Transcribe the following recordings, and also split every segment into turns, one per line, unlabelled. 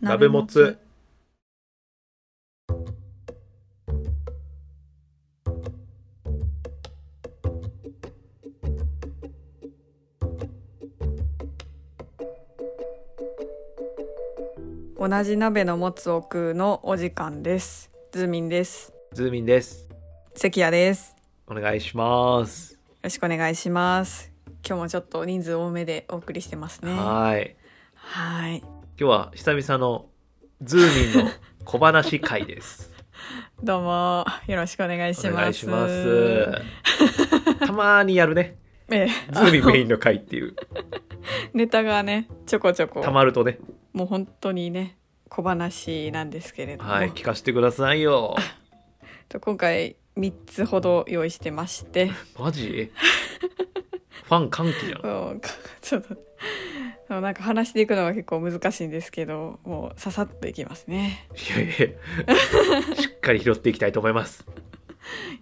鍋もつ
同じ鍋のもつを食うのお時間ですズーミンです
ズーミンです
関谷です
お
よ
願いします、
ろしくお願いします今日もちょっと人数多めでお送りしてますねは
はーい
ーい
今日は久々のズーミンの小話会です
どうもよろしくお願いし
お
ます
願いしますたまにやるね
ええ
ズーミンメインの会って いう
ネタがねちょこちょこ
たまるとね
もう本当にね小話なんですけれども、
はい聞かせてくださいよ
と今回3つほど用意してま して
マジファン歓喜じゃん
うんかちょっとあのなんか話していくのが結構難しいんですけどもうささっといきますね
い やいやしっかり拾っていきたいと思います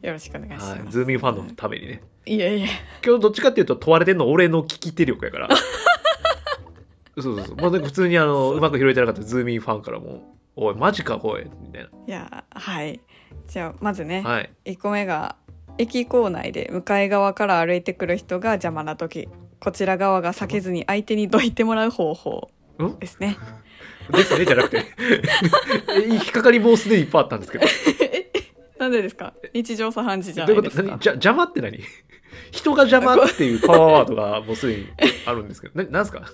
よろしくお願いします、
はいズーミンファンのためにね
いやいや
今日どっちかっていうと問われてんの俺の聞き手力や からそうそうそうまあなんか普通にあのうまく拾えてなかったズーミンファンからも「おいマジかこい」みたい
いやはいじゃあまずね、
なはい
1個目が駅構内で向かい側から歩いてくる人が邪魔な時こちら側が避けずに相手にどいてもらう方法
ん
ですね
ですねじゃなく てえ引っかかりもうすでにいっぱいあったんですけど
なんでですか日常茶飯事じゃな
どうい
いう
こと
です
何
か
じゃ邪魔って何人が邪魔っていうパワーワードがもうすでにあるんですけどななんですか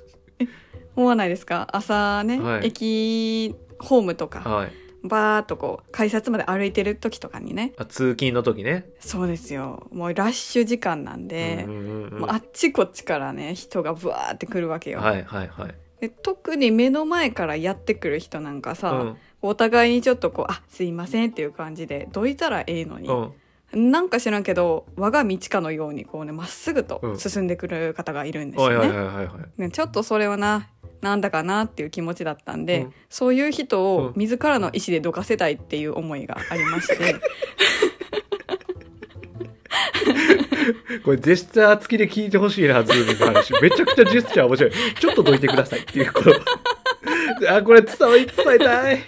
思わないですか朝ね、
はい
駅ホームとか
はい
バーっとこう改札まで歩いてる時とかにね
あ通勤の時ね、
そうですよもうラッシュ時間なんで
う、んうんうんうん
もうあっちこっちからね人がブワーって来るわけよ、
はいはいはい
で特に目の前からやってくる人なんかさ、
うん
お互いにちょっとこう「あすいません」っていう感じでどいたらええのに、
うん
なんか知らんけど我が道かのようにこうねまっすぐ
う
と
ん
進んでくる方がいるんですよ
は
ね。
いはいはいはいはい
ねちょっとそれはななんだかなっていう気持ちだったんで、
うん
そういう人
う
を
ん
自らの意思でどかせたいっていう思いがありまして、
これジェスチャー付きで聞いてほしいな、ズームの話。めちゃくちゃジェスチャー面白い。ちょっとどいてくださいっていうこと。あ、これ伝え、伝えたい。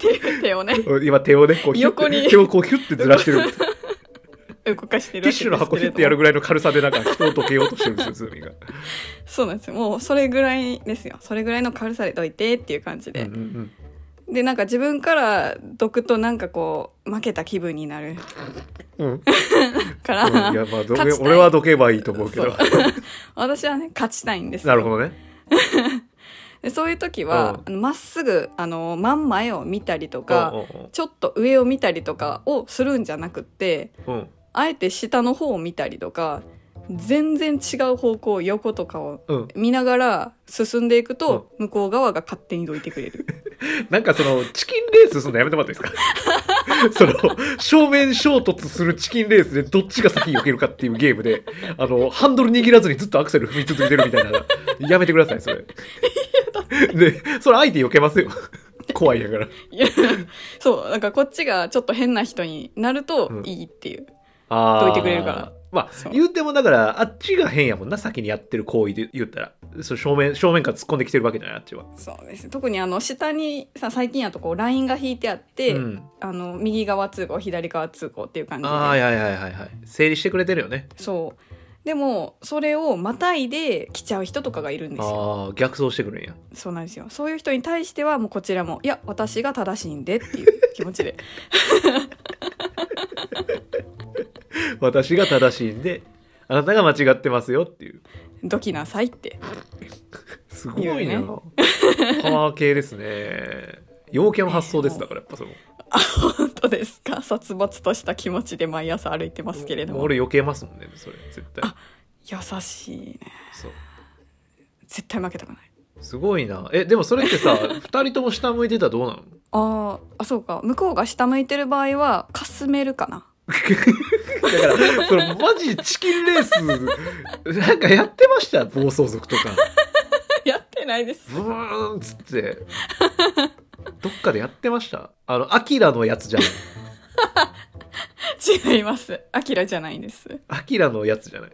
手手をね
今手をね、こうヒュッて
横に
手をこうヒュッてずらして る。テ
動かして
ィッ
るわけです
シュ
けれ
の
ども
箱ヒュッてやるぐらいの軽さでなんか人をどけようとしてるん ですよ、ズーミが。
そうなんですよもうそれぐらいですよそれぐらいの軽さでどいてっていう感じ
う
で、
んうん
でなんか自分からどくとなんかこう負けた気分になる
うん。うん。
から、
いや、まあ、ど
勝ちたい
俺はどけばいいと思うけど。
私はね勝ちたいんですよ
なるほどね。
でそういう時は
うん
あのまっすぐあの真ん前を見たりと
うん
か
うん
ちょっと上を見たりとかをするんじゃなくって
うんうん。
あえて下の方を見たりとか全然違う方向横とかを
うん、
見ながら進んでいくと、向こう側が勝手にどいてくれる
なんかそのチキンレースするのやめてもらっていいですか その正面衝突するチキンレースでどっちが先に避けるかっていうゲームであのハンドル握らずにずっとアクセル踏み続けてるみたいなやめてくださいそ れでそれ相手避けますよ怖いやから
いや そうだからこっちがちょっと変な人になると
うん
いいっていう、
あー
どいてくれるから
まあ
そう
言うてもだからあっちが変やもんな先にやってる行為で言ったらそう正面正面から突っ込んできてるわけじゃないあっちは
そうです特にあの下にさ最近やとこうラインが引いてあって、
うん、
あの右側通行左側通行っていう感じで
ああいやいやいやいや整理してくれてるよね
そうでもそれをまたいで来ちゃう人とかがいるんですよ
ああ逆走してくるんや
そうなんですよそういう人に対してはもうこちらもいや私が正しいんでっていう気持ちで
私が正しいんであなたが間違ってますよっていう
どきなさいって
すごいな、
いいよ
パワー系ですね陽キャの発想ですだからやっぱその
本当ですか殺伐とした気持ちで毎朝歩いてますけれども
俺避けますもんねそれ絶対
あ優しいね
そう
絶対負けたくない
すごいなえでもそれってさ 二人とも下向いてたらどうなの
あーあそうか向こうが下向いてる場合はかすめるかな
だからそれマジチキンレース なんかやってました暴走族とか
やってないです。
ブーンっつってどっかでやってましたあのアキラのやつじゃない
違います。アキラじゃないんです。
アキラのやつじゃない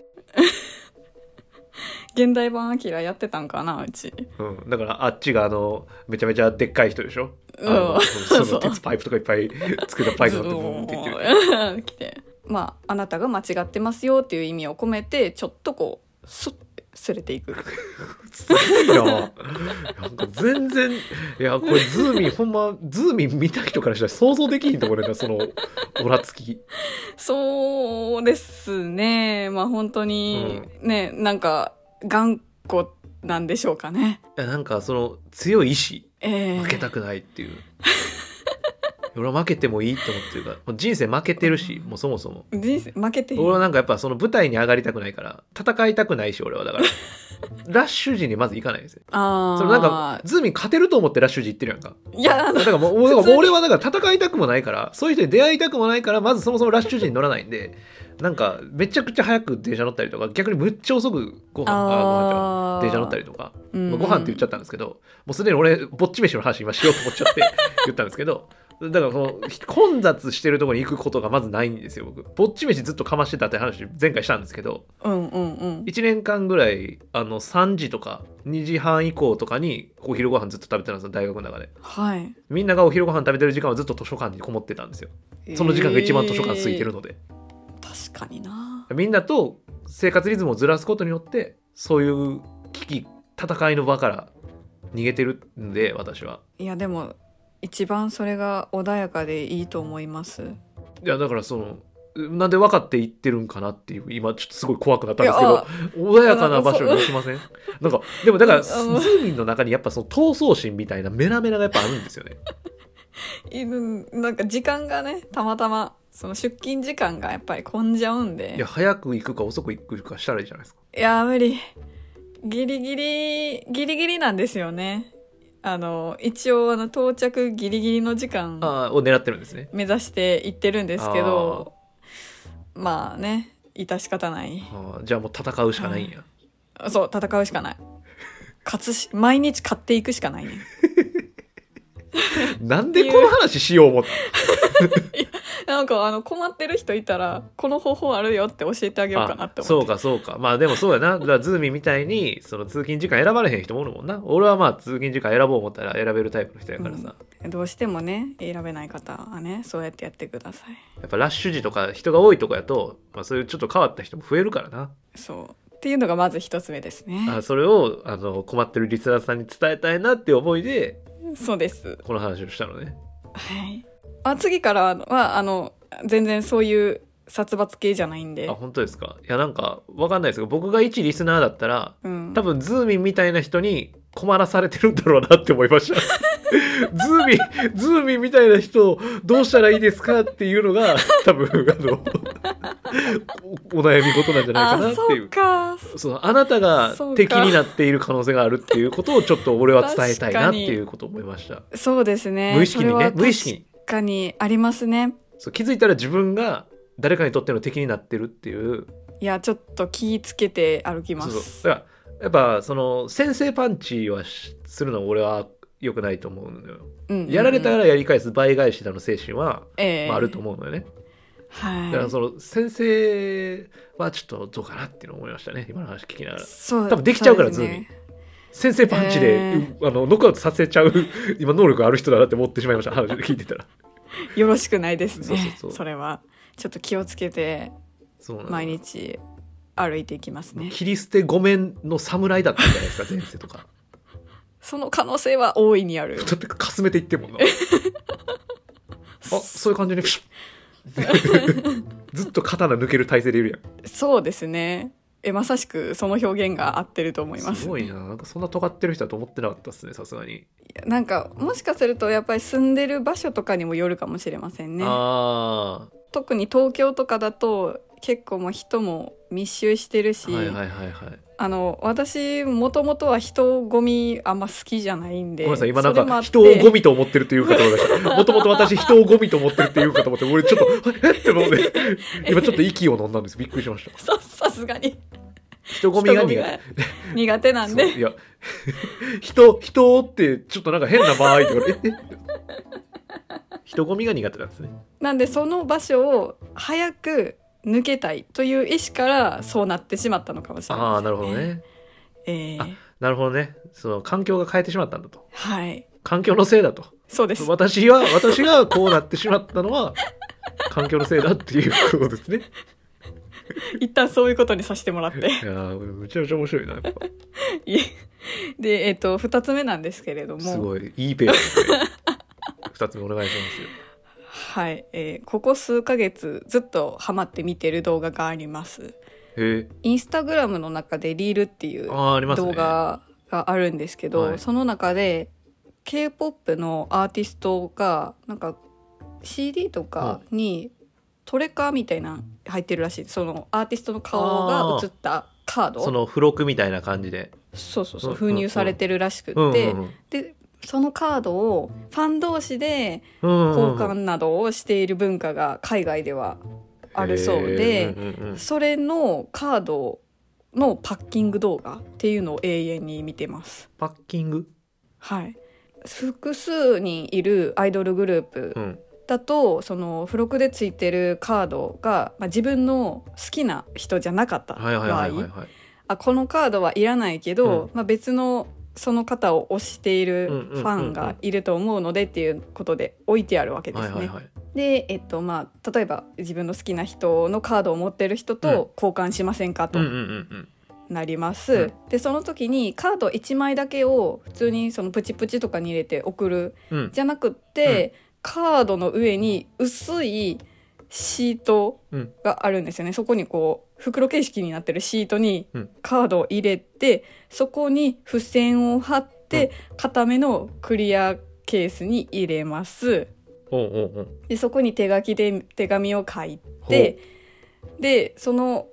現代版アキラやってたんかなうち
うん、だからあっちがあのめちゃめちゃでっかい人でしょ、
うん
あ のそ
そ
の
う
鉄パイプとかいっぱい作ったパイプなんてブーンって言ってる
ズボン 来てまああなたが間違ってますよっていう意味を込めてちょっとこうスッて擦れていく
すごいななんか全然いやこれズーミンほんまズーミン見た人からしたら想像できひんと思うねんなそのオラつき
そうですねまあ本当に、ねなんか頑固なんでしょうかね
いやなんかその強い意志
ええ
負けたくないっていう、俺は負けてもいいと思ってるからもう人生負けてるしもうそもそも
人生負けていい
俺はなんかやっぱその舞台に上がりたくないから戦いたくないし俺はだからラッシュ時にまず行かないんですよ
ああ
それなんかズーミン勝てると思ってラッシュ時行ってるやんか
いやあの
だからもう
普通に
だからもう俺はだから戦いたくもないからそういう人に出会いたくもないからまずそもそもラッシュ時に乗らないんでなんかめちゃくちゃ早く電車乗ったりとか逆にむっちゃ遅くご飯あご飯じゃな
あ
い電車乗ったりとか、
り、うん
まあご飯って言っちゃったんですけどもうすでに俺ぼっち飯の話今しようと思っち ゃって言ったんですけどだからその混雑してるところに行くことがまずないんですよ僕ぼっち飯ずっとかましてたって話前回したんですけど
うんうんうん
1年間ぐらいあの3時とか2時半以降とかにお昼ご飯ずっと食べてたんですよ大学の中で
はい
みんながお昼ご飯食べてる時間はずっと図書館にこもってたんですよその時間が一番図書館空いてるので、
えー確かにな
みんなと生活リズムをずらすことによってそういう危機戦いの場から逃げてるんで私はい
やでも一番それが穏やかでいいと思います
いやだからそのなんで分かって言ってるんかなっていう今ちょっとすごい怖くなったんですけど穏やかな場所に行きませんなんかでもだからズ
うんうん
ーミンの中にやっぱその闘争心みたいなメラメラがやっぱあるんですよね
いなんか時間がねたまたまその出勤時間がやっぱり混んじゃうんで
いや早く行くか遅く行くかしたらいいじゃないですか
いやー無理ギリギリギリギリなんですよねあの一応あの到着ギリギリの時間
あーを狙ってるんですね
目指して行ってるんですけどまあね致し方ない
あーじゃあもう戦うしかないんや
そう戦うしかない勝つし毎日勝っていくしかない ね
なんでこの話しよう思った
なんかあの困ってる人いたらこの方法あるよって教えてあげようかなって
あそ
思っ
う
て
かそうかまあでもそうやなだからズーミンみたいにその通勤時間選ばれへん人もおるもんな俺はまあ通勤時間選ぼう思ったら選べるタイプの人やからさ、
うん
や
どうしてもね選べない方はねそうやってやってください
っぱラッシュ時とか人が多いとこやと、まあ、そういうちょっと変わった人も増えるからな、
そうっていうのがまず一つ目ですね
あそれをあの困ってるリスナーさんに伝えたいなって思いで
そうです
この話をしたのね
はい。あ次からはあの全然そういう殺伐系じゃないんで
あ。本当ですかいやなんかわかんないですけど僕が一リスナーだったら
うん。
多分ズーミンみたいな人に困らされてるんだろうなって思いましたズーミンズーミンみたいな人をどうしたらいいですかっていうのが多分あのおお悩み事なんじゃないかな
あ
って
そ
いうう
か。
そのあなたが
そうか
敵になっている可能性があるっていうことをちょっと俺は伝えたいなっていうことを思いました
そうですね。
無意識に
それは
ね無意識に
確かにありますね。
そう気づいたら自分が誰かにとっての敵になってるっていう
いやちょっと気ぃつけて歩きま
そう
す。
そうだからやっぱその先制パンチはしするのは俺は良くないと思うのよ
うんうん
やられたからやり返す倍返しだの精神は、
ええ
まあ、あると思うのよね。
はい。
だからその先生はちょっとどうかなっていうのを思いましたね。今の話聞きながら。
そう
多分できちゃうから
そですね
先生パンチで、
えー
うあのノックアウトさせちゃう今能力ある人だなって思ってしまいました。話聞いてたら。
よろしくないですね。
そ
そう
そうそう
れはちょっと気をつけて
そうなの
毎日歩いていきます ね。
切り捨て御免の侍だったじゃないですか、前世とか。
その可能性は大いにある
だ。ってかすめていってんもんな。 あそういう感じにプ シュッずっと刀抜ける体勢でいるやん。
そうですね。えまさしくその表現が合ってると思います。
すごいな。なんかそんな尖ってる人だと思ってなかったですね、さすがに。
なんかもしかするとやっぱり住んでる場所とかにもよるかもしれませんね。
ああ。
特に東京とかだと結構もう人も密集してるし、
はいはいはいはい。
あの私もともとは人混みあんま好きじゃないんで、
ごめんなさい、今なん
それもあ
か
って
人を ゴミと思ってるっていうかと思いました。もともと私人をゴミと思ってるっていうかと思って、俺ちょっと、 えって思 って、今ちょっと息を飲んだんです。びっくりしました。
ささすがに
人ゴミ
人
が
混
苦
み
手。
が苦手なん
そう
で
いや、人、人ってちょっとなんか変な場合とか、ええ人ゴミが苦手なんですね。
なんでその場所を早く抜けたいという意思からそうなってしまったのかもしれない、
ああ、なるほどね。
えー
あなるほどね。その環境が変えてしまったんだと。
はい
環境のせいだと。
そうです
私は、私がこうなってしまったのは、環境のせいだっていうことですね。
一旦そういうことにさせてもらっ
い
て
やーこれめちゃめちゃ面白いな、やっぱ。
いえ でえっ、と2つ目なんですけれども
すごい、いいペースですね。二つ目お願いしますよ。
はい、えーここ数ヶ月ずっとハマって見てる動画があります
へえ。
インスタグラムの中でリールっていう
ああ、ありますね。
動画があるんですけど
はい
その中で k p o p のアーティストがなんか CD とかにトレカみたいなの入ってるらしいそのアーティストの顔が映ったカード
その付録みたいな感じで。
そうそうそう
うん
封入されてるらしくって、
うんうんうん。
でそのカードをファン同士で
うんうんう
交
ん
換などをしている文化が海外ではあるそう
へ
で
ー、うんうんうん
それのカードのパッキング動画っていうのを永遠に見てます。
パッキング
はい複数人いるアイドルグループ
うん。
だとその付録でついてるカードが、まあ、自分の好きな人じゃなかった場合、
はいはいはいはいはい。
あこのカードはいらないけど、
うん
まあ、別のその方を推している
う
フ
んうんうんうん
ァンがいると思うのでっていうことで置いてあるわけです
は
ね。
いはいはい。
で、えっとまあ、例えば自分の好きな人のカードを持ってる人と交換しませんかと
うんうんうん
なります。
うん
でその時にカード1枚だけを普通にそのプチプチとかに入れて送る
うん。うん。
じゃなくって、カードの上に薄いシートがあるんですよね。そこにこう袋形式になってるシートに
うん
カードを入れて、そこに付箋を貼って、固めのクリアケースに入れます。
おうおうおう。
でそこに手書きで手紙を書いてでその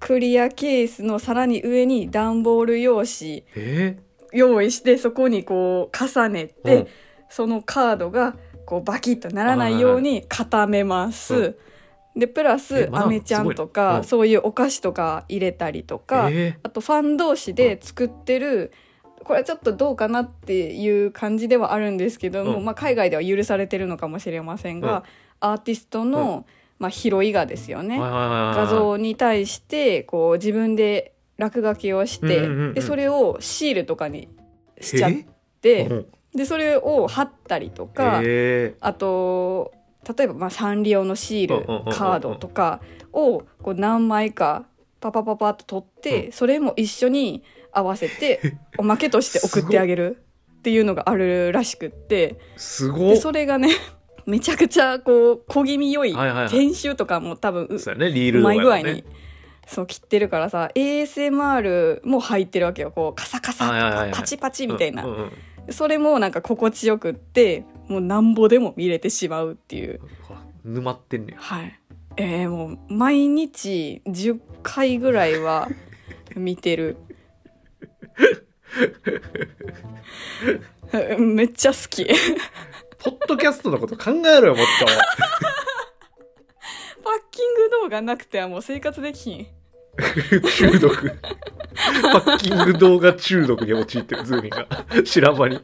クリアケースのさらに上に段ボール用
ほ
紙
う、え
用意してそこにこう重ね
ー、
て、
うん
そのカードがこうバキッとならないように固めます。
うん
でプラ
え
ス
まだ
アメちゃんと
すごい
か、
うん
そういうお菓子とか入れたりとか、
え
あとファン同士で作ってる、これはちょっとどうかなっていう感じではあるんですけども、
うん
まあ、海外では許されてるのかもしれませんが、アーティストの、まあ、拾いがですよね、
ーはいはいはいはい
画像に対してこう自分で落書きをして、
うんうんうん
でそれをシールとかにしちゃっ
え
て
ー、うん
でそれを貼ったりとか、
え
あと例えばまあサンリオのシー
うんうんうんうん
ルカードとかをこう何枚かパパパパッと取って、それも一緒に合わ せておまけとして送ってあげるっていうのがあるらしくって
ー、すご
で
っ
それがね めちゃくちゃこう小気味良い
はいはいはい
編集とかも多分う
そうやねリー
う
ル
まい具合
とかね
に。そう切ってるからさ ASMR も入ってるわけよこうカサカサと
はいはいはい
か
はい
パチパチみたいな
うんうんうん
それもなんか心地よくってもうなんぼでも見れてしまうっていう
あ沼ってんねや
はいえー、もう毎日10回ぐらいは見てる めっちゃ好きパッ
ポッドキャストのこと考えろよもっ
キング動画なくてはもう生活できひん
と 中毒 パッキング動画中毒に陥ってるズーミンが 知らん間に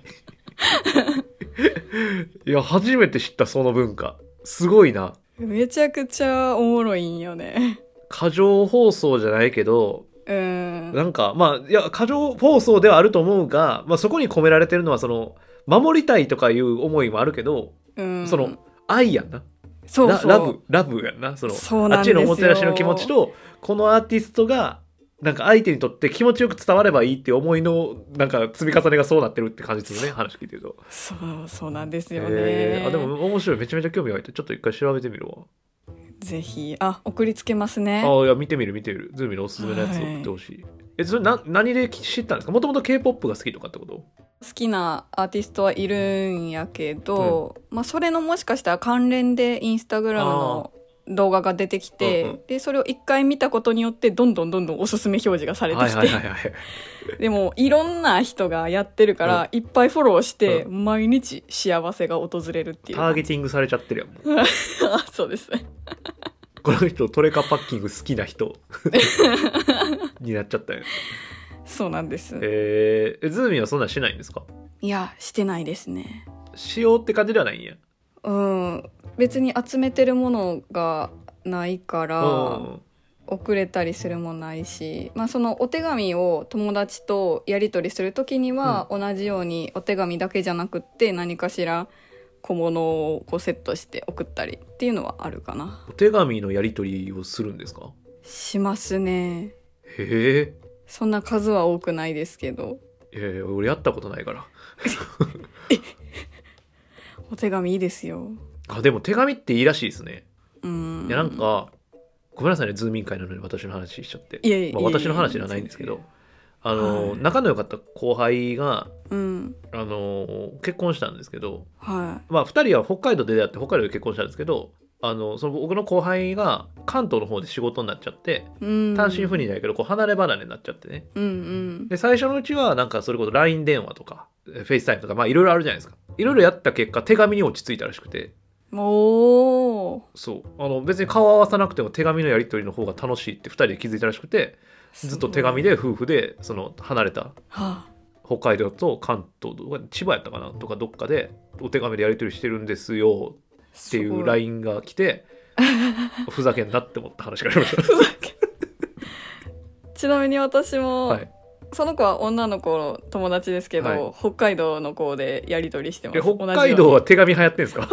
いや初めて知ったその文化すごいな
めちゃくちゃおもろいんよね
過剰放送じゃないけど
うん
なんかまあいや過剰放送ではあると思うが、まあ、そこに込められてるのはその守りたいとかいう思いもあるけど、
うん
その愛やんな
そう
ラ
そう
ラブラブやんなその
そうなん
あっ
です
ちへ
よ
のおもてなしの気持ちとこのアーティストがなんか相手にとって気持ちよく伝わればいいって思いのなんか積み重ねがそうなってるって感じですよね話聞いてると。
そうそうなんですよね、
えー、あでも面白いめちゃめちゃ興味湧いてちょっと一回調べてみるわ。
ぜひあ送りつけますね
あいや見てみる見てみるズーミのおすすめのやつ送ってほしい。えそれな何で知ったんですかもともと k p o p が好きとかってこと
好きなアーティストはいるんやけど、まあ、それのもしかしたら関連でインスタグラムの動画が出てきて、
うんうん
でそれを一回見たことによってどんどんどんどんおすすめ表示がされてきて、
はいはいはいはい。
でもいろんな人がやってるから、いっぱいフォローして、毎日幸せが訪れるっていう
ターゲティングされちゃってるやんもう。
あ そうですね
この人トレカパッキング好きな 人になっちゃったよね。
そうなんです、
えー、えズーミンはそんなんしないんですか
いやしてないですね
しようって感じではないんや。
うん別に集めてるものがないから、
うん
送れたりするもないし、まあ、そのお手紙を友達とやり取りする時には同じようにお手紙だけじゃなくって何かしら小物をこうセットして送ったりっていうのはあるかな
お手紙のやり取りをするんですか
しますね
へ
そんな数は多くないですけど
えいやいや俺やったことないから
お手紙いいですよ
あでも手紙っていいらしいですね
うん
いやなんかごめんなさいねズーミン会なのに私の話しちゃって
いやいや
まあ、
いやいや
私の話ではないんですけどあの、
はい
仲の良かった後輩が
うん
あの結婚したんですけど、
は
まあ、2人は北海道で出会って北海道で結婚したんですけどあのその僕の後輩が関東の方で仕事になっちゃって
い、うん、
単身赴任じゃないけどこう離れ離れになっちゃってね
うんうん
で最初のうちはなんかそれこそ LINE 電話とかえ FaceTime とかまあいろいろあるじゃないですかいろいろやった結果手紙に落ち着いたらしくて
おー
そうあの別に顔合わさなくても手紙のやり取りの方が楽しいって2人で気づいたらしくてずっと手紙で夫婦でその離れた
はあ
北海道と関東とか千葉やったかなとかどっかでお手紙でやり取りしてるんですよっ
って
いうラインが来てふざけんなって思った話がありまし
ちなみに私
た。
も、
はい、
その子は女の子の友達ですけど、
はい
北海道の子でやり取りしてます
え北海道
同
は手紙流行ってんですか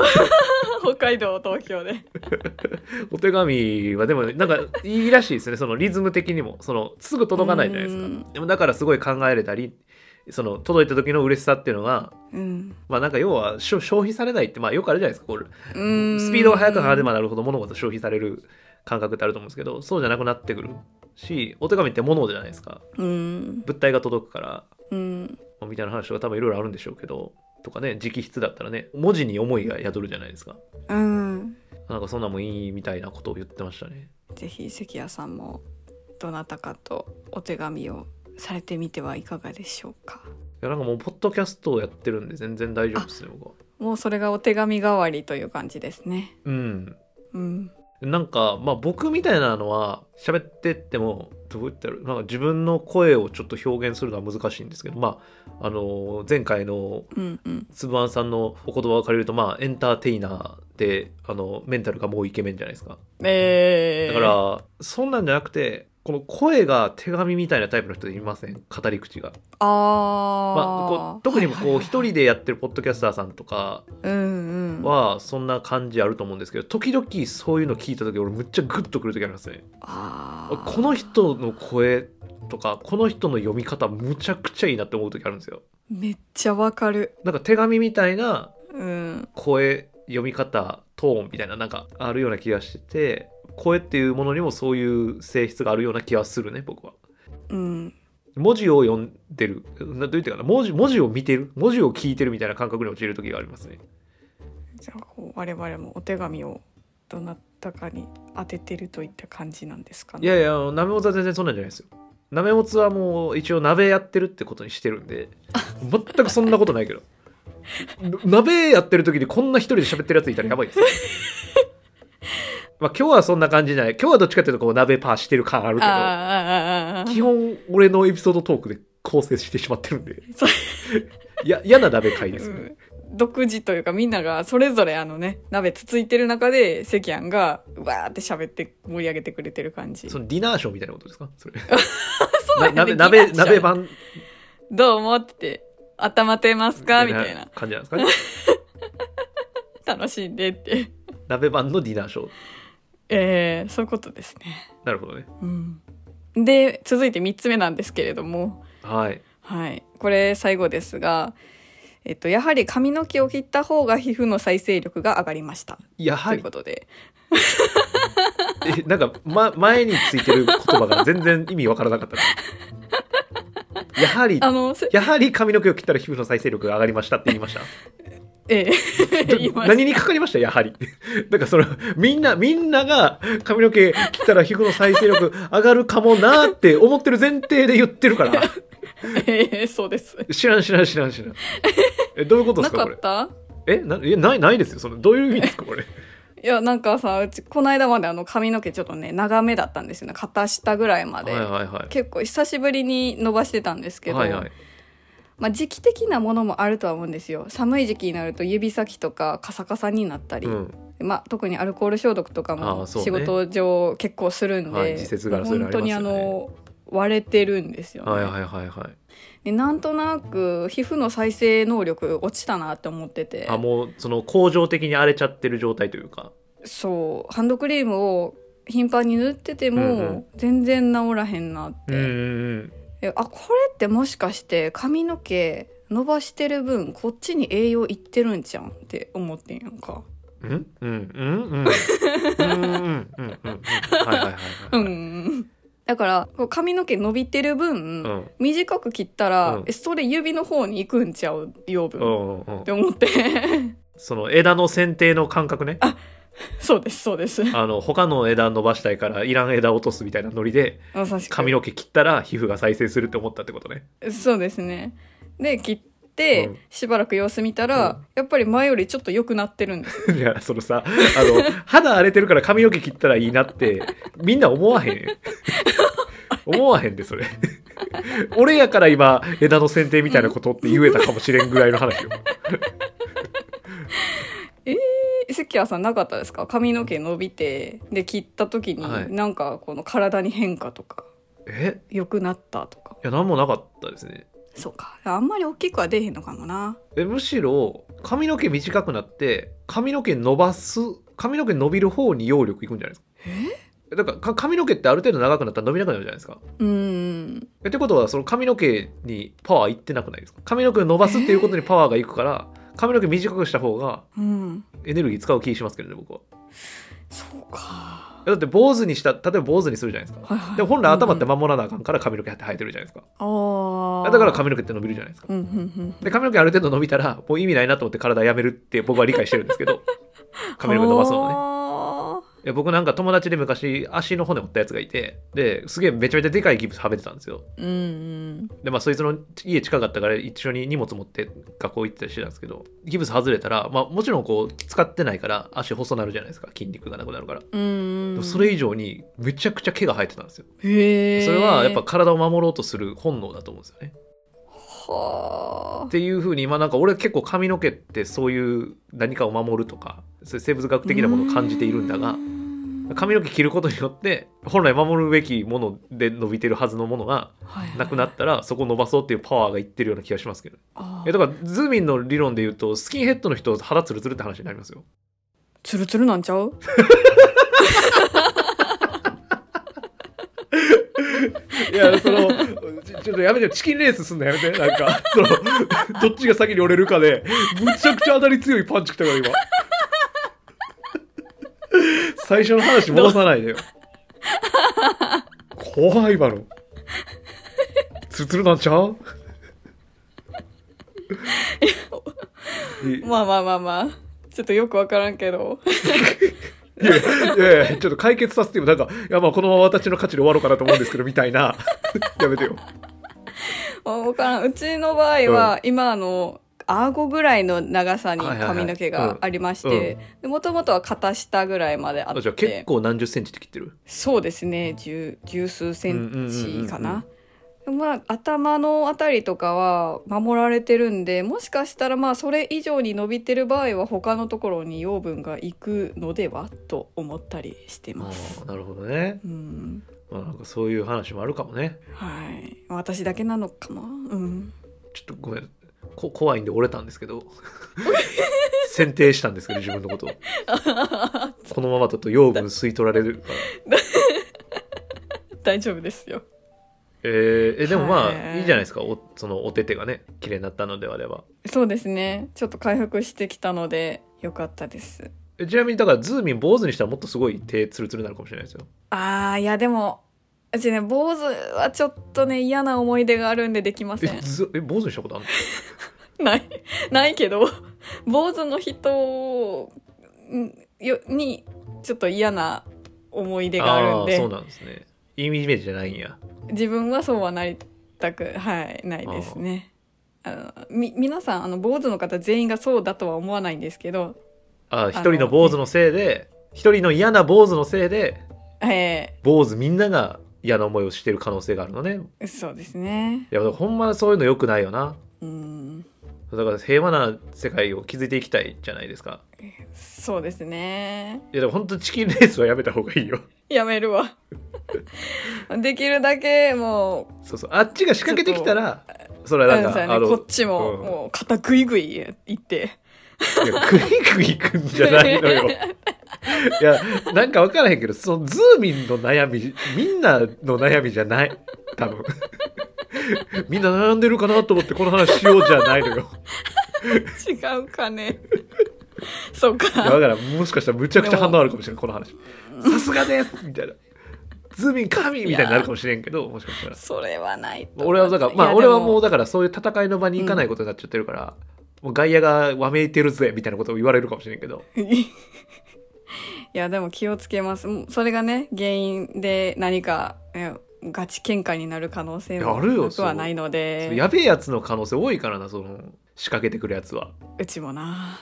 じように 北海道東京で
お手紙はでもなんかいいらしいですねそのリズム的にもそのすぐ届かないじゃないです
う
か
ん
でもだからすごい考えれたりその届いた時の嬉しさっていうのが
うん
まあなんか要はしょ消費されないってまあよくあるじゃないですかこれ
うーん
スピードが速くなればなるほど物事消費される感覚ってあると思うんですけどそうじゃなくなってくるしお手紙って物じゃないですか
うん
物体が届くから
うん
まあみたいな話とか多分いろいろあるんでしょうけどとかね直筆だったらね文字に思いが宿るじゃないですか
うん
なんかそんなもんいいみたいなことを言ってましたね
ぜひ関谷さんもどなたかとお手紙をされてみてはいかがでしょうか
いやなんかもうポッドキャストをやってるんで全然大丈夫ですね僕は
もうそれがお手紙代わりという感じですね
うん
うん
なんかまあ僕みたいなのは喋ってってもどう言ったらなんか自分の声をちょっと表現するのは難しいんですけどまああの前回の
うんうん
つぶあんさんのお言葉を借りるとまあエンターテイナーであのメンタルがもうイケメンじゃないですか
え
だ
ー、
から、そんなんじゃなくてこの声が手紙みたいなタイプの人いません語り口が、
あ
ま
ー、
あ、こう特に
はいはい
こう一人でやってるポッドキャスターさんとか
うんうん
はそんな感じあると思うんですけど時々そういうの聞いた時俺むっちゃグッとくる時ありますね
あー
この人の声とかこの人の読み方むちゃくちゃいいなって思う時あるんですよ
めっちゃわかる
なんか手紙みたいな
うん
声読み方トーンみたいななんかあるような気がしてて声っていうものにもそういう性質があるような気がするね僕は
うん
文字を読んでるなどう言ってかな文字文字を見てる文字を聞いてるみたいな感覚に陥る時がありますね
じゃあこう我々もお手紙をどなたかに当ててるといった感じなんですかね
いやいやなめもつは全然そんなんじゃないですよなめもつはもう一応鍋やってるってことにしてるんで全くそんなことないけど な鍋やってる時にこんな一人で喋ってるやついたらやばいですよまあ今日はそんな感じじゃない今日はどっちかっていうとこう鍋パーしてる感あるけど
あーあーあーあー
基本俺のエピソードトークで構成してしまってるんで
そう
いや嫌な鍋会ですよね、
うん独自というかみんながそれぞれあのね鍋つついてる中で関庵がわーって喋って盛り上げてくれてる感じ
そのディナーショーみたいなことです かそれ
そうや
な鍋
ねディナー
鍋
ショー
鍋版
どう思ってて頭てますかみたいな
感じなんですかね
楽しんでって
鍋版のディナーショー
えー、そういうことですね
なるほどね
うんで続いて3つ目なんですけれども
はい
はい、これ最後ですが、えっと、やはり髪の毛を切った方が皮膚の再生力が上がりました、
やは
とい
り
うことで
えなんか、ま、前についてる言葉が全然意味わからなかったですやはり
あのせ
やはり髪の毛を切ったら皮膚の再生力が上がりましたって言いました
え え言いました
何にかかりましたやはりだからそのみんなみんなが髪の毛切ったら皮膚の再生力上がるかもなーって思ってる前提で言ってるから
ええそうです
知らん知らん知らん知らんえどういうことで
な
すか
か
これ
った
えなえないないですよそのどういう意味ですかこれ
いやなんかさうちこの間まであの髪の毛ちょっとね長めだったんですよね肩下ぐらいまで、
はいはいはい
結構久しぶりに伸ばしてたんですけど、
はいはい
まあ、時期的なものもあるとは思うんですよ寒い時期になると指先とかカサカサになったり、
うん
まあ、特にアルコール消毒とか
あー
も
そうね
仕事上結構するんで、
はい時節柄そういうのあ
本
ります
当
よね
にあの割れてるんですよね、
はいはいはいはい
でなんとなく皮膚の再生能力落ちたなって思ってて
あもうその恒常的に荒れちゃってる状態というか
そうハンドクリームを頻繁に塗ってても、
うんうん
全然治らへんなって、
うんうん
えあこれってもしかして髪の毛伸ばしてる分こっちに栄養いってるんじゃんって思ってんやんか
うんうんうんうんうんうんうんうんうんはいはいはいは
う
い
んだからこう髪の毛伸びてる分、
うん
短く切ったら、
うん
えそれ指の方に行くんちゃう養
う
分
ん
っ
うんうん
て思って
その枝の剪定の感覚ね
そうですそうです
あの他の枝伸ばしたいからいらん枝落とすみたいなノリで
まさしく
髪の毛切ったら皮膚が再生するって思ったってことね
そうですねで切って、
うん
しばらく様子見たら、
うん
やっぱり前よりちょっと良くなってるんです
いやそのさあの肌荒れてるから髪の毛切ったらいいなってみんな思わへん思わへんでそれ俺やから今枝の剪定みたいなことって言えたかもしれんぐらいの話よ
え関谷さんなかったですか髪の毛伸びてで切った時に、
はい
なんかこの体に変化とか
え
良くなったとか
いや何もなかったですね
そうかあんまり大きくは出えへんのかもな
えむしろ髪の毛短くなって髪の毛伸ばす髪の毛伸びる方に揚力いくんじゃないですかえだからか髪の毛ってある程度長くなったら伸びなくなるじゃないですか
うーん
えってことはその髪の毛にパワーいってなくないですか髪の毛を伸ばすっていうことにパワーがいくから、髪の毛短くした方が
うん
エネルギー使う気しますけどね僕は
そうか
えだって坊主にした例えば坊主にするじゃないですか
はいはい
でも本来頭って
うんうん
守らなあかんから髪の毛って生えてるじゃないですか
ああ
だから髪の毛って伸びるじゃないですか
うんうん
で髪の毛ある程度伸びたらもう意味ないなと思って体やめるって僕は理解してるんですけど髪の毛伸ばすのね
のね
いや僕なんか友達で昔足の骨折ったやつがいてですげえめちゃめちゃでかいギブスはめてたんですよ
うん
でまあそいつの家近かったから一緒に荷物持って学校行ってたりしてたんですけどギブス外れたら、まあ、もちろんこう使ってないから足細なるじゃないですか筋肉がなくなるから、で
うんうんう
も
ん
それ以上にめちゃくちゃ毛が生えてたんですよ
へえ
それはやっぱ体を守ろうとする本能だと思うんですよね
はあ
っていうふうに今なんか俺結構髪の毛ってそういう何かを守るとかそういう生物学的なものを感じているんだが髪の毛切ることによって本来守るべきもので伸びてるはずのものがなくなったらそこを伸ばそうっていうパワーがいってるような気がしますけど
た
えだからズーミンの理論で言うとスキンヘッドの人肌ツルツルって話になりますよ
ツルツルなんちゃう
いやそのちちょっとやめてよチキンレースすんのやめてなんかそのどっちが先に折れるかでむちゃくちゃ当たり強いパンチきたから今最初の話戻さないでよ怖い今のツルツルなんちゃうい
まあまあまあまあちょっとよくわからんけど
いやいやいやちょっと解決させてよなんかいやまあこのまま私の価値で終わろうかなと思うんですけどみたいな やめてよ
まあわからんうちの場合は、今あの顎ぐらいの長さに
はいはいはい
髪の毛がありまし
うん
てもともとは肩下ぐらいまであ
あ
っ
じゃあ結
て
構何十センチって切ってる
そうですね十十数センチ
う
か
んうんうんうん
な。まあ、頭のあたりとかは守られてるんでもしかしたらまあそれ以上に伸びてる場合は他のところに養分がいくのではと思ったりして
あ
ます
ー。なるほどね、
うん
まあ、なんかそういう話もあるかもね
はい。私だけなのかな。うん。
ちょっとごめんこ怖いんで折れたんですけ ど剪定したんですけど自分のことをこのままだと養分吸い取られるから
大丈夫ですよ。
えーえでもまあ
はい
いいじゃないですかおそのお手手がね綺麗になったのであれば
そうですね。ちょっと回復してきたので、よかったです。
えちなみにだからズーミン坊主にしたらもっとすごい手ツルツルになるかもしれないですよ
ああ、いやでも、うちね、坊主はちょっとね、嫌な思い出があるんでできませ
え
ん。
ずえ坊主にしたことあるの
ない、ないけど、坊主の人んよに、ちょっと嫌な思い出があるん
ーそう
で、
なんですねいいイメージじゃないんや
自分はそうはなりたく、はい、ないですね。あのみ皆さんあの坊主の方全員がそうだとは思わないんですけど
あー一人の坊主のせいで一人の嫌な坊主のせいで
え
坊主みんなが嫌な思いをしてる可能性があるのね
えそうですね。
いやほんまそういうの良くないよな
うん。
だから平和な世界を築いていきたいじゃないですか
そうですね
いやでも本当チキンレースはやめた方がいいよ
やめるわ できるだけも
そうそうあっちが仕掛けてきたらそれはなん
うんそうや
か
ね
あの
こっちも、
うん
もう肩グイグイ行って
いやグイグイ行くんじゃないのよ いやなんか分からへんけどそのズーミンの悩みみんなの悩みじゃない多分みんな悩んでるかなと思ってこの話しようじゃないのよ
違うかね そう
いや
か
だからもしかしたらむちゃくちゃ反応あるかもしれないこの話さすがですみたいなズーミン神みたいになるかもしれんけどもしかしたら
それはないと思う
俺はだからま
い
あ
や
俺はもう
で
だからそういう戦いの場に行かないことになっちゃってるから、もう外野がわめいてるぜみたいなことを言われるかもしれんけど
も いやでも気をつけますもうそれがね原因で何か、ね、ガチ喧嘩になる可能性も
やるよ
なくはないので
やべえやつの可能性多いからなその仕掛けてくるやつは
うちもな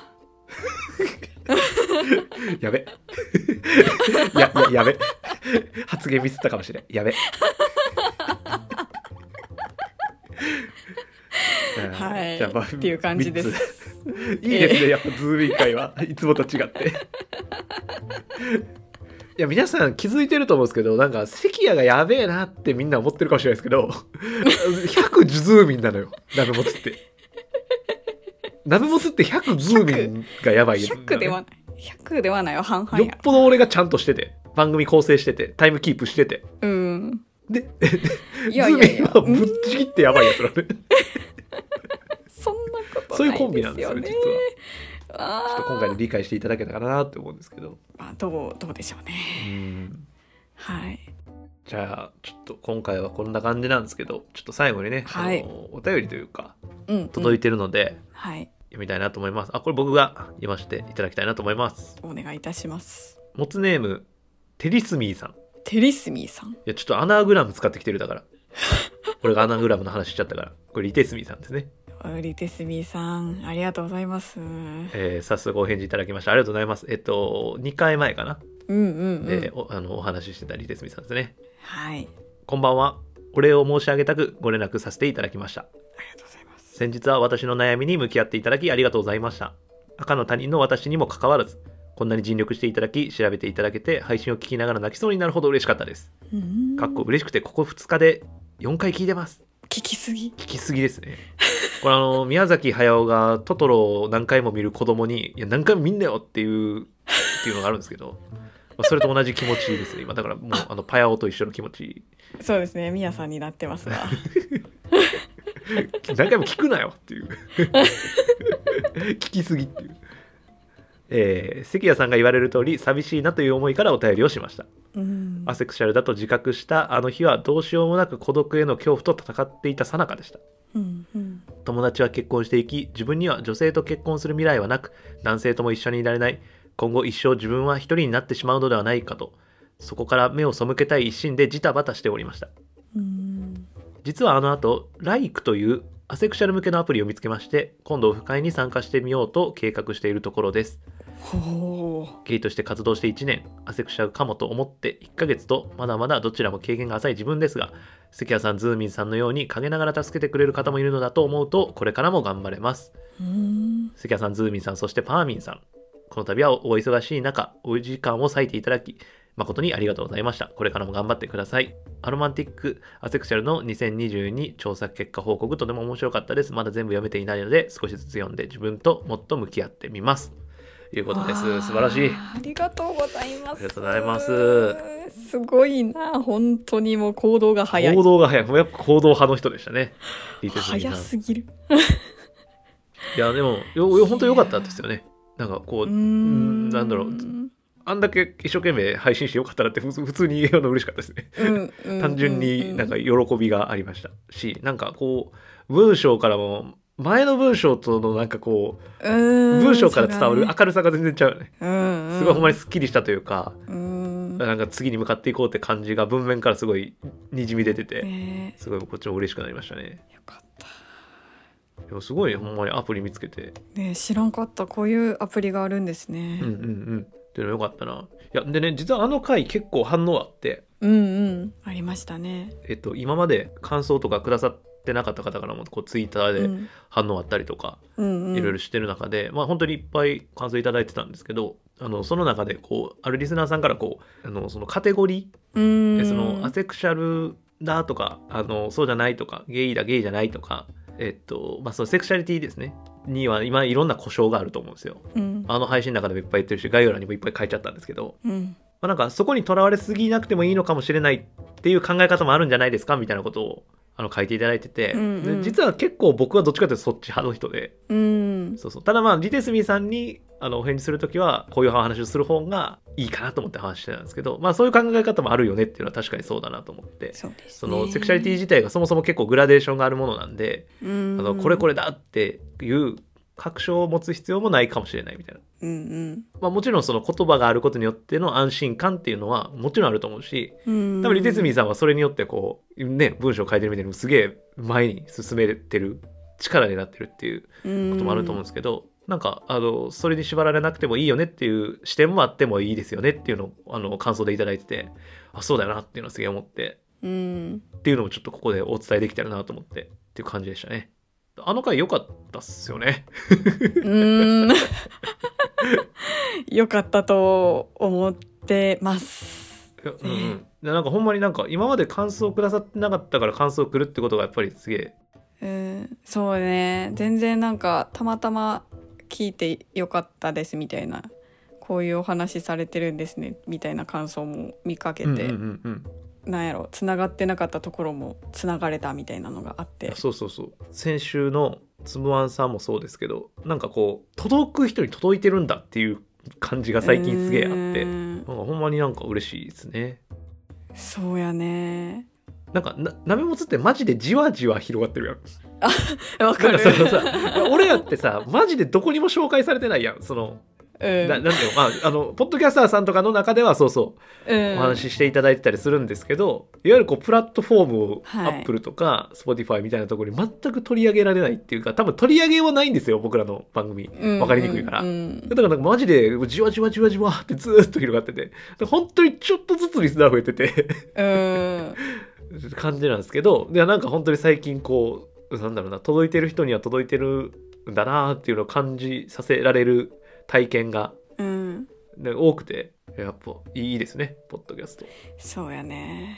や べやややべ発言ミスったかもしれんやべうん
はい
じゃあまあ
っていう感じです
三ついいですね、やっぱズームイン会はいつもと違って。いや皆さん気づいてると思うんですけどなんか関谷がやべえなってみんな思ってるかもしれないですけど100ズーミンなのよナベモスってナベモスって100ズーミンがやばいよ、
100ではない100ではないよ半々
よっ
や
ぽど俺がちゃんとしてて番組構成しててタイムキープしてて
うん
で
いやいやい
ズーミン
や
はぶっちぎってやばいやつなのね
そんなこと
そういう
な
コンビないん
です
ですよ実
よね
はちょっと今回で理解していただけたかなって思うんですけど
あーまあどうどうでしょう
う
ね
ん
はい
じゃあちょっと今回はこんな感じなんですけどちょっと最後にね、
はい
あのお便りというか
うん、うん
届いてるので、
はい
読みたいなと思いますあこれ僕が読ませていただきたいなと思います
お願いいたします
モツネームテリスミーさんい
テリスミーさん
やちょっとアナグラム使ってきてるだから 俺がアナグラムの話しちゃったからこれリテスミーさんですね、
リテスミーさんありがとうございますうん
えー早速お返事いただきましたありがとうございますえっと2回前かな
うんう
で、
ん
おあのお話ししてたリテスミーさんですね
はい
こんばんはお礼を申し上げたくご連絡させていただきました
ありがとうございます
先日は私の悩みに向き合っていただきありがとうございました赤の他人の私にもかかわらずこんなに尽力していただき調べていただけて配信を聞きながら泣きそうになるほど嬉しかったです
うん
かっこ嬉しくてここ2日で4回聞いてます
聞きすぎ
聞きすぎですねこれあの宮崎駿がトトロを何回も見る子供に「いや何回も見んなよ」っていうっていうのがあるんですけど、まあそれと同じ気持ちですね今だからもうあのパヤオと一緒の気持ち
そうですねミヤさんになってますわ
何回も聞くなよっていう聞きすぎっていう、えー関谷さんが言われる通り寂しいなという思いからお便りをしました
うん
アセクシャルだと自覚したあの日はどうしようもなく孤独への恐怖と戦っていた最中でした
うんうん
友達は結婚していき自分には女性と結婚する未来はなく男性とも一緒にいられない今後一生自分は一人になってしまうのではないかとそこから目を背けたい一心でジタバタしておりました
うん
実はあの後 LIKE というアセクシャル向けのアプリを見つけまして今度オフ会に参加してみようと計画しているところです
ほう
ゲイとして活動して1年アセクシャルかもと思って1ヶ月とまだまだどちらも経験が浅い自分ですが関谷さんズーミンさんのように陰ながら助けてくれる方もいるのだと思うとこれからも頑張れます
うん
関谷さんズーミンさんそしてパーミンさんこの度はおお忙しい中お時間を割いていただき誠にありがとうございましたこれからも頑張ってくださいアロマンティックアセクシャルの2022調査結果報告とても面白かったですまだ全部読めていないので少しずつ読んで自分ともっと向き合ってみますということです
わあ
素晴らしい
ありがとうございます
ありがとうございます
すごいな本当にもう行動が早い
行動が早いもうやっぱ行動派の人でしたねリーテスミ
早
さん
すぎる
いやでもよよ本当良かったですよねなんかこう、
うん
なんだろうあんだけ一生懸命配信してよかったなって普通普通に言えるの嬉しかったですね
うんうん
単純になんか喜びがありましたしなんかこう文章からも前の文章とのなんかこう
文
文章から伝わる明るさが全然違うよねす
す
ごいほんまに
に
すっきりしたというか
うん
なんか次に向かっていこうって感じが文面からすごいにじみ出てて
ね
すごいこっちも嬉しくなりましたね
えよかった
でもすごいほんまにアプリ見つけて
ねえ知らんかったこういうアプリがあるんです
うんうん
ね
うんっていうのよかったないやでね実はあの回結構反応あって
うんうんありましたね
えっと、今まで感想とかくださっってなかった方からもこうツイッター
う
で
ん
反応あったりとか、
うんうん
いろいろしてる中で、まあ本当にいっぱい感想いただいてたんですけどあのその中でこうあるリスナーさんからこうあのそのカテゴリー
うん
えそのアセクシャルだとかあのそうじゃないとかゲイだゲイじゃないとかえっとまあそのセクシャリティですねには今いろんな故障があると思うんですよ
うん
あの配信の中でもいっぱい言ってるし概要欄にもいっぱい書いちゃったんですけど、
うん
まあ、なんかそこにとらわれすぎなくてもいいのかもしれないっていう考え方もあるんじゃないですかみたいなことをあの書いていただいてて、
うんうん
で実は結構僕はどっちかというとそっち派の人で
うん
そうそうただまあリテスミさんにあのお返事する時はこういう話をする方がいいかなと思って話してたんですけどまあそういう考え方もあるよねっていうのは確かにそうだなと思って
そうですね
そのセクシャリティ自体がそもそも結構グラデーションがあるものなんであ
うん
のこれこれだっていう確証を持つ必要もないかもしれないみたいな。
うん
まあ、もちろんその言葉があることによっての安心感っていうのはもちろんあると思うし
うんうん
多分リテスミさんはそれによってこうね文章を変えてるみたいにすげえ前に進めてる力になってるっていうこともあると思うんですけど、なんかあのそれに縛られなくてもいいよねっていう視点もあってもいいですよねっていうのをあの感想でいただいててあそうだよなっていうのはすげえ思って
うん
っていうのもちょっとここでお伝えできたらなと思ってっていう感じでしたね。あの回良かったっすよね。
うん よかったと思ってます
いやうんうん、でなんかほんまになんか今まで感想をくださってなかったから感想をくるってことがやっぱりすげえ
うんそうね全然なんかたまたま聞いてよかったですみたいなこういうお話されてるんですねみたいな感想も見かけて、
うんうんうんうん
なんやろつながってなかったところもつながれたみたいなのがあっ
い
て
やそうそうそう先週のつむあんさんもそうですけどなんかこう届く人に届いてるんだっていう感じが最近すげえあって
うん
なんかほんまになんか嬉しいですね。
そうやね
なんかな、鍋もつってマジでじわじわ広がってる やん。
わか
なん
る
かそのさ、俺らってさ、マジでどこにも紹介されてないやん。その、
うん
ななんていうの、まあ、あの、ポッドキャスターさんとかの中ではそうそう、
うん
お話ししていただいてたりするんですけど、いわゆるこうプラットフォームを
はい
Apple とか Spotify みたいなところに全く取り上げられないっていうか、多分取り上げはないんですよ、僕らの番組。
うん
わかりにくいから
うん
だからなんかマジでじわじわじわじわってずーっと広がってて、で本当にちょっとずつリスナー増えてて、
うん
感じなんですけど、でなんか本当に最近こう、なんだろうな、届いてる人には届いてるんだなーっていうのを感じさせられる体験が、
うん
ね多くて、やっぱいいですね、ポッドキャスト。
そうやね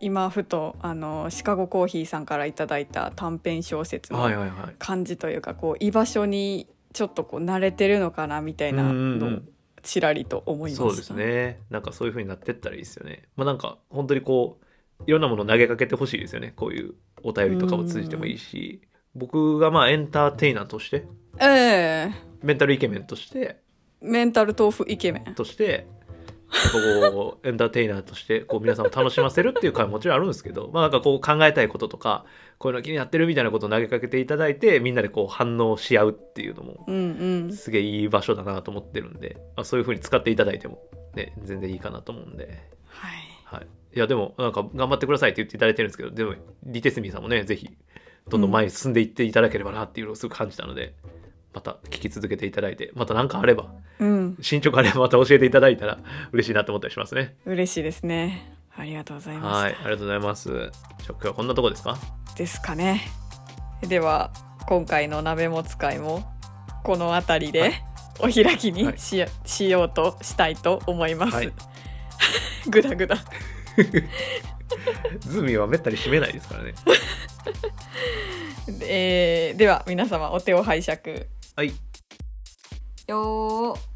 今ふとあのシカゴコーヒーさんからいただいた短編小説
はい
の
はいはい。
感じというかこう居場所にちょっとこう慣れてるのかなみたいな
うんう
のを
ん
ちらりと思いました
そうですねなんかそういう風になってったらいいですよねまあなんか本当にこういろんなものを投げかけてほしいですよねこういうお便りとかを通じてもいいし僕がまあエンターテイナーとして
ええ
メンタルイケメンとして
メンタル豆腐イケメン
としてやっぱこうエンターテイナーとしてこう皆さんを楽しませるっていう回ももちろんあるんですけどまあなんかこう考えたいこととかこういうの気になってるみたいなことを投げかけていただいてみんなでこう反応し合うっていうのも
うんうん
すげえいい場所だなと思ってるんで、まあ、そういう風に使っていただいてもね全然いいかなと思うんで。
はい
はい、いやでもなんか頑張ってくださいって言っていただいてるんですけどでもリテスミさんもねぜひどんどん前に進んでいっていただければなっていうのをすごく感じたので、また聞き続けていただいてまた何かあれば
うん
進捗あればまた教えていただいたら嬉しいなと思ったりしますね
嬉しいですねありがとうございました、
はいありがとうございますじゃあ今日はこんなとこですか
ですかねでは今回の鍋も使いもこの辺りで、
はい
お開きに
はい
し,、しようとしたいと思います、
はい
ぐだぐだ
ズーミンはめったに閉めないですからね
えーでは皆様お手を拝借
はい
よー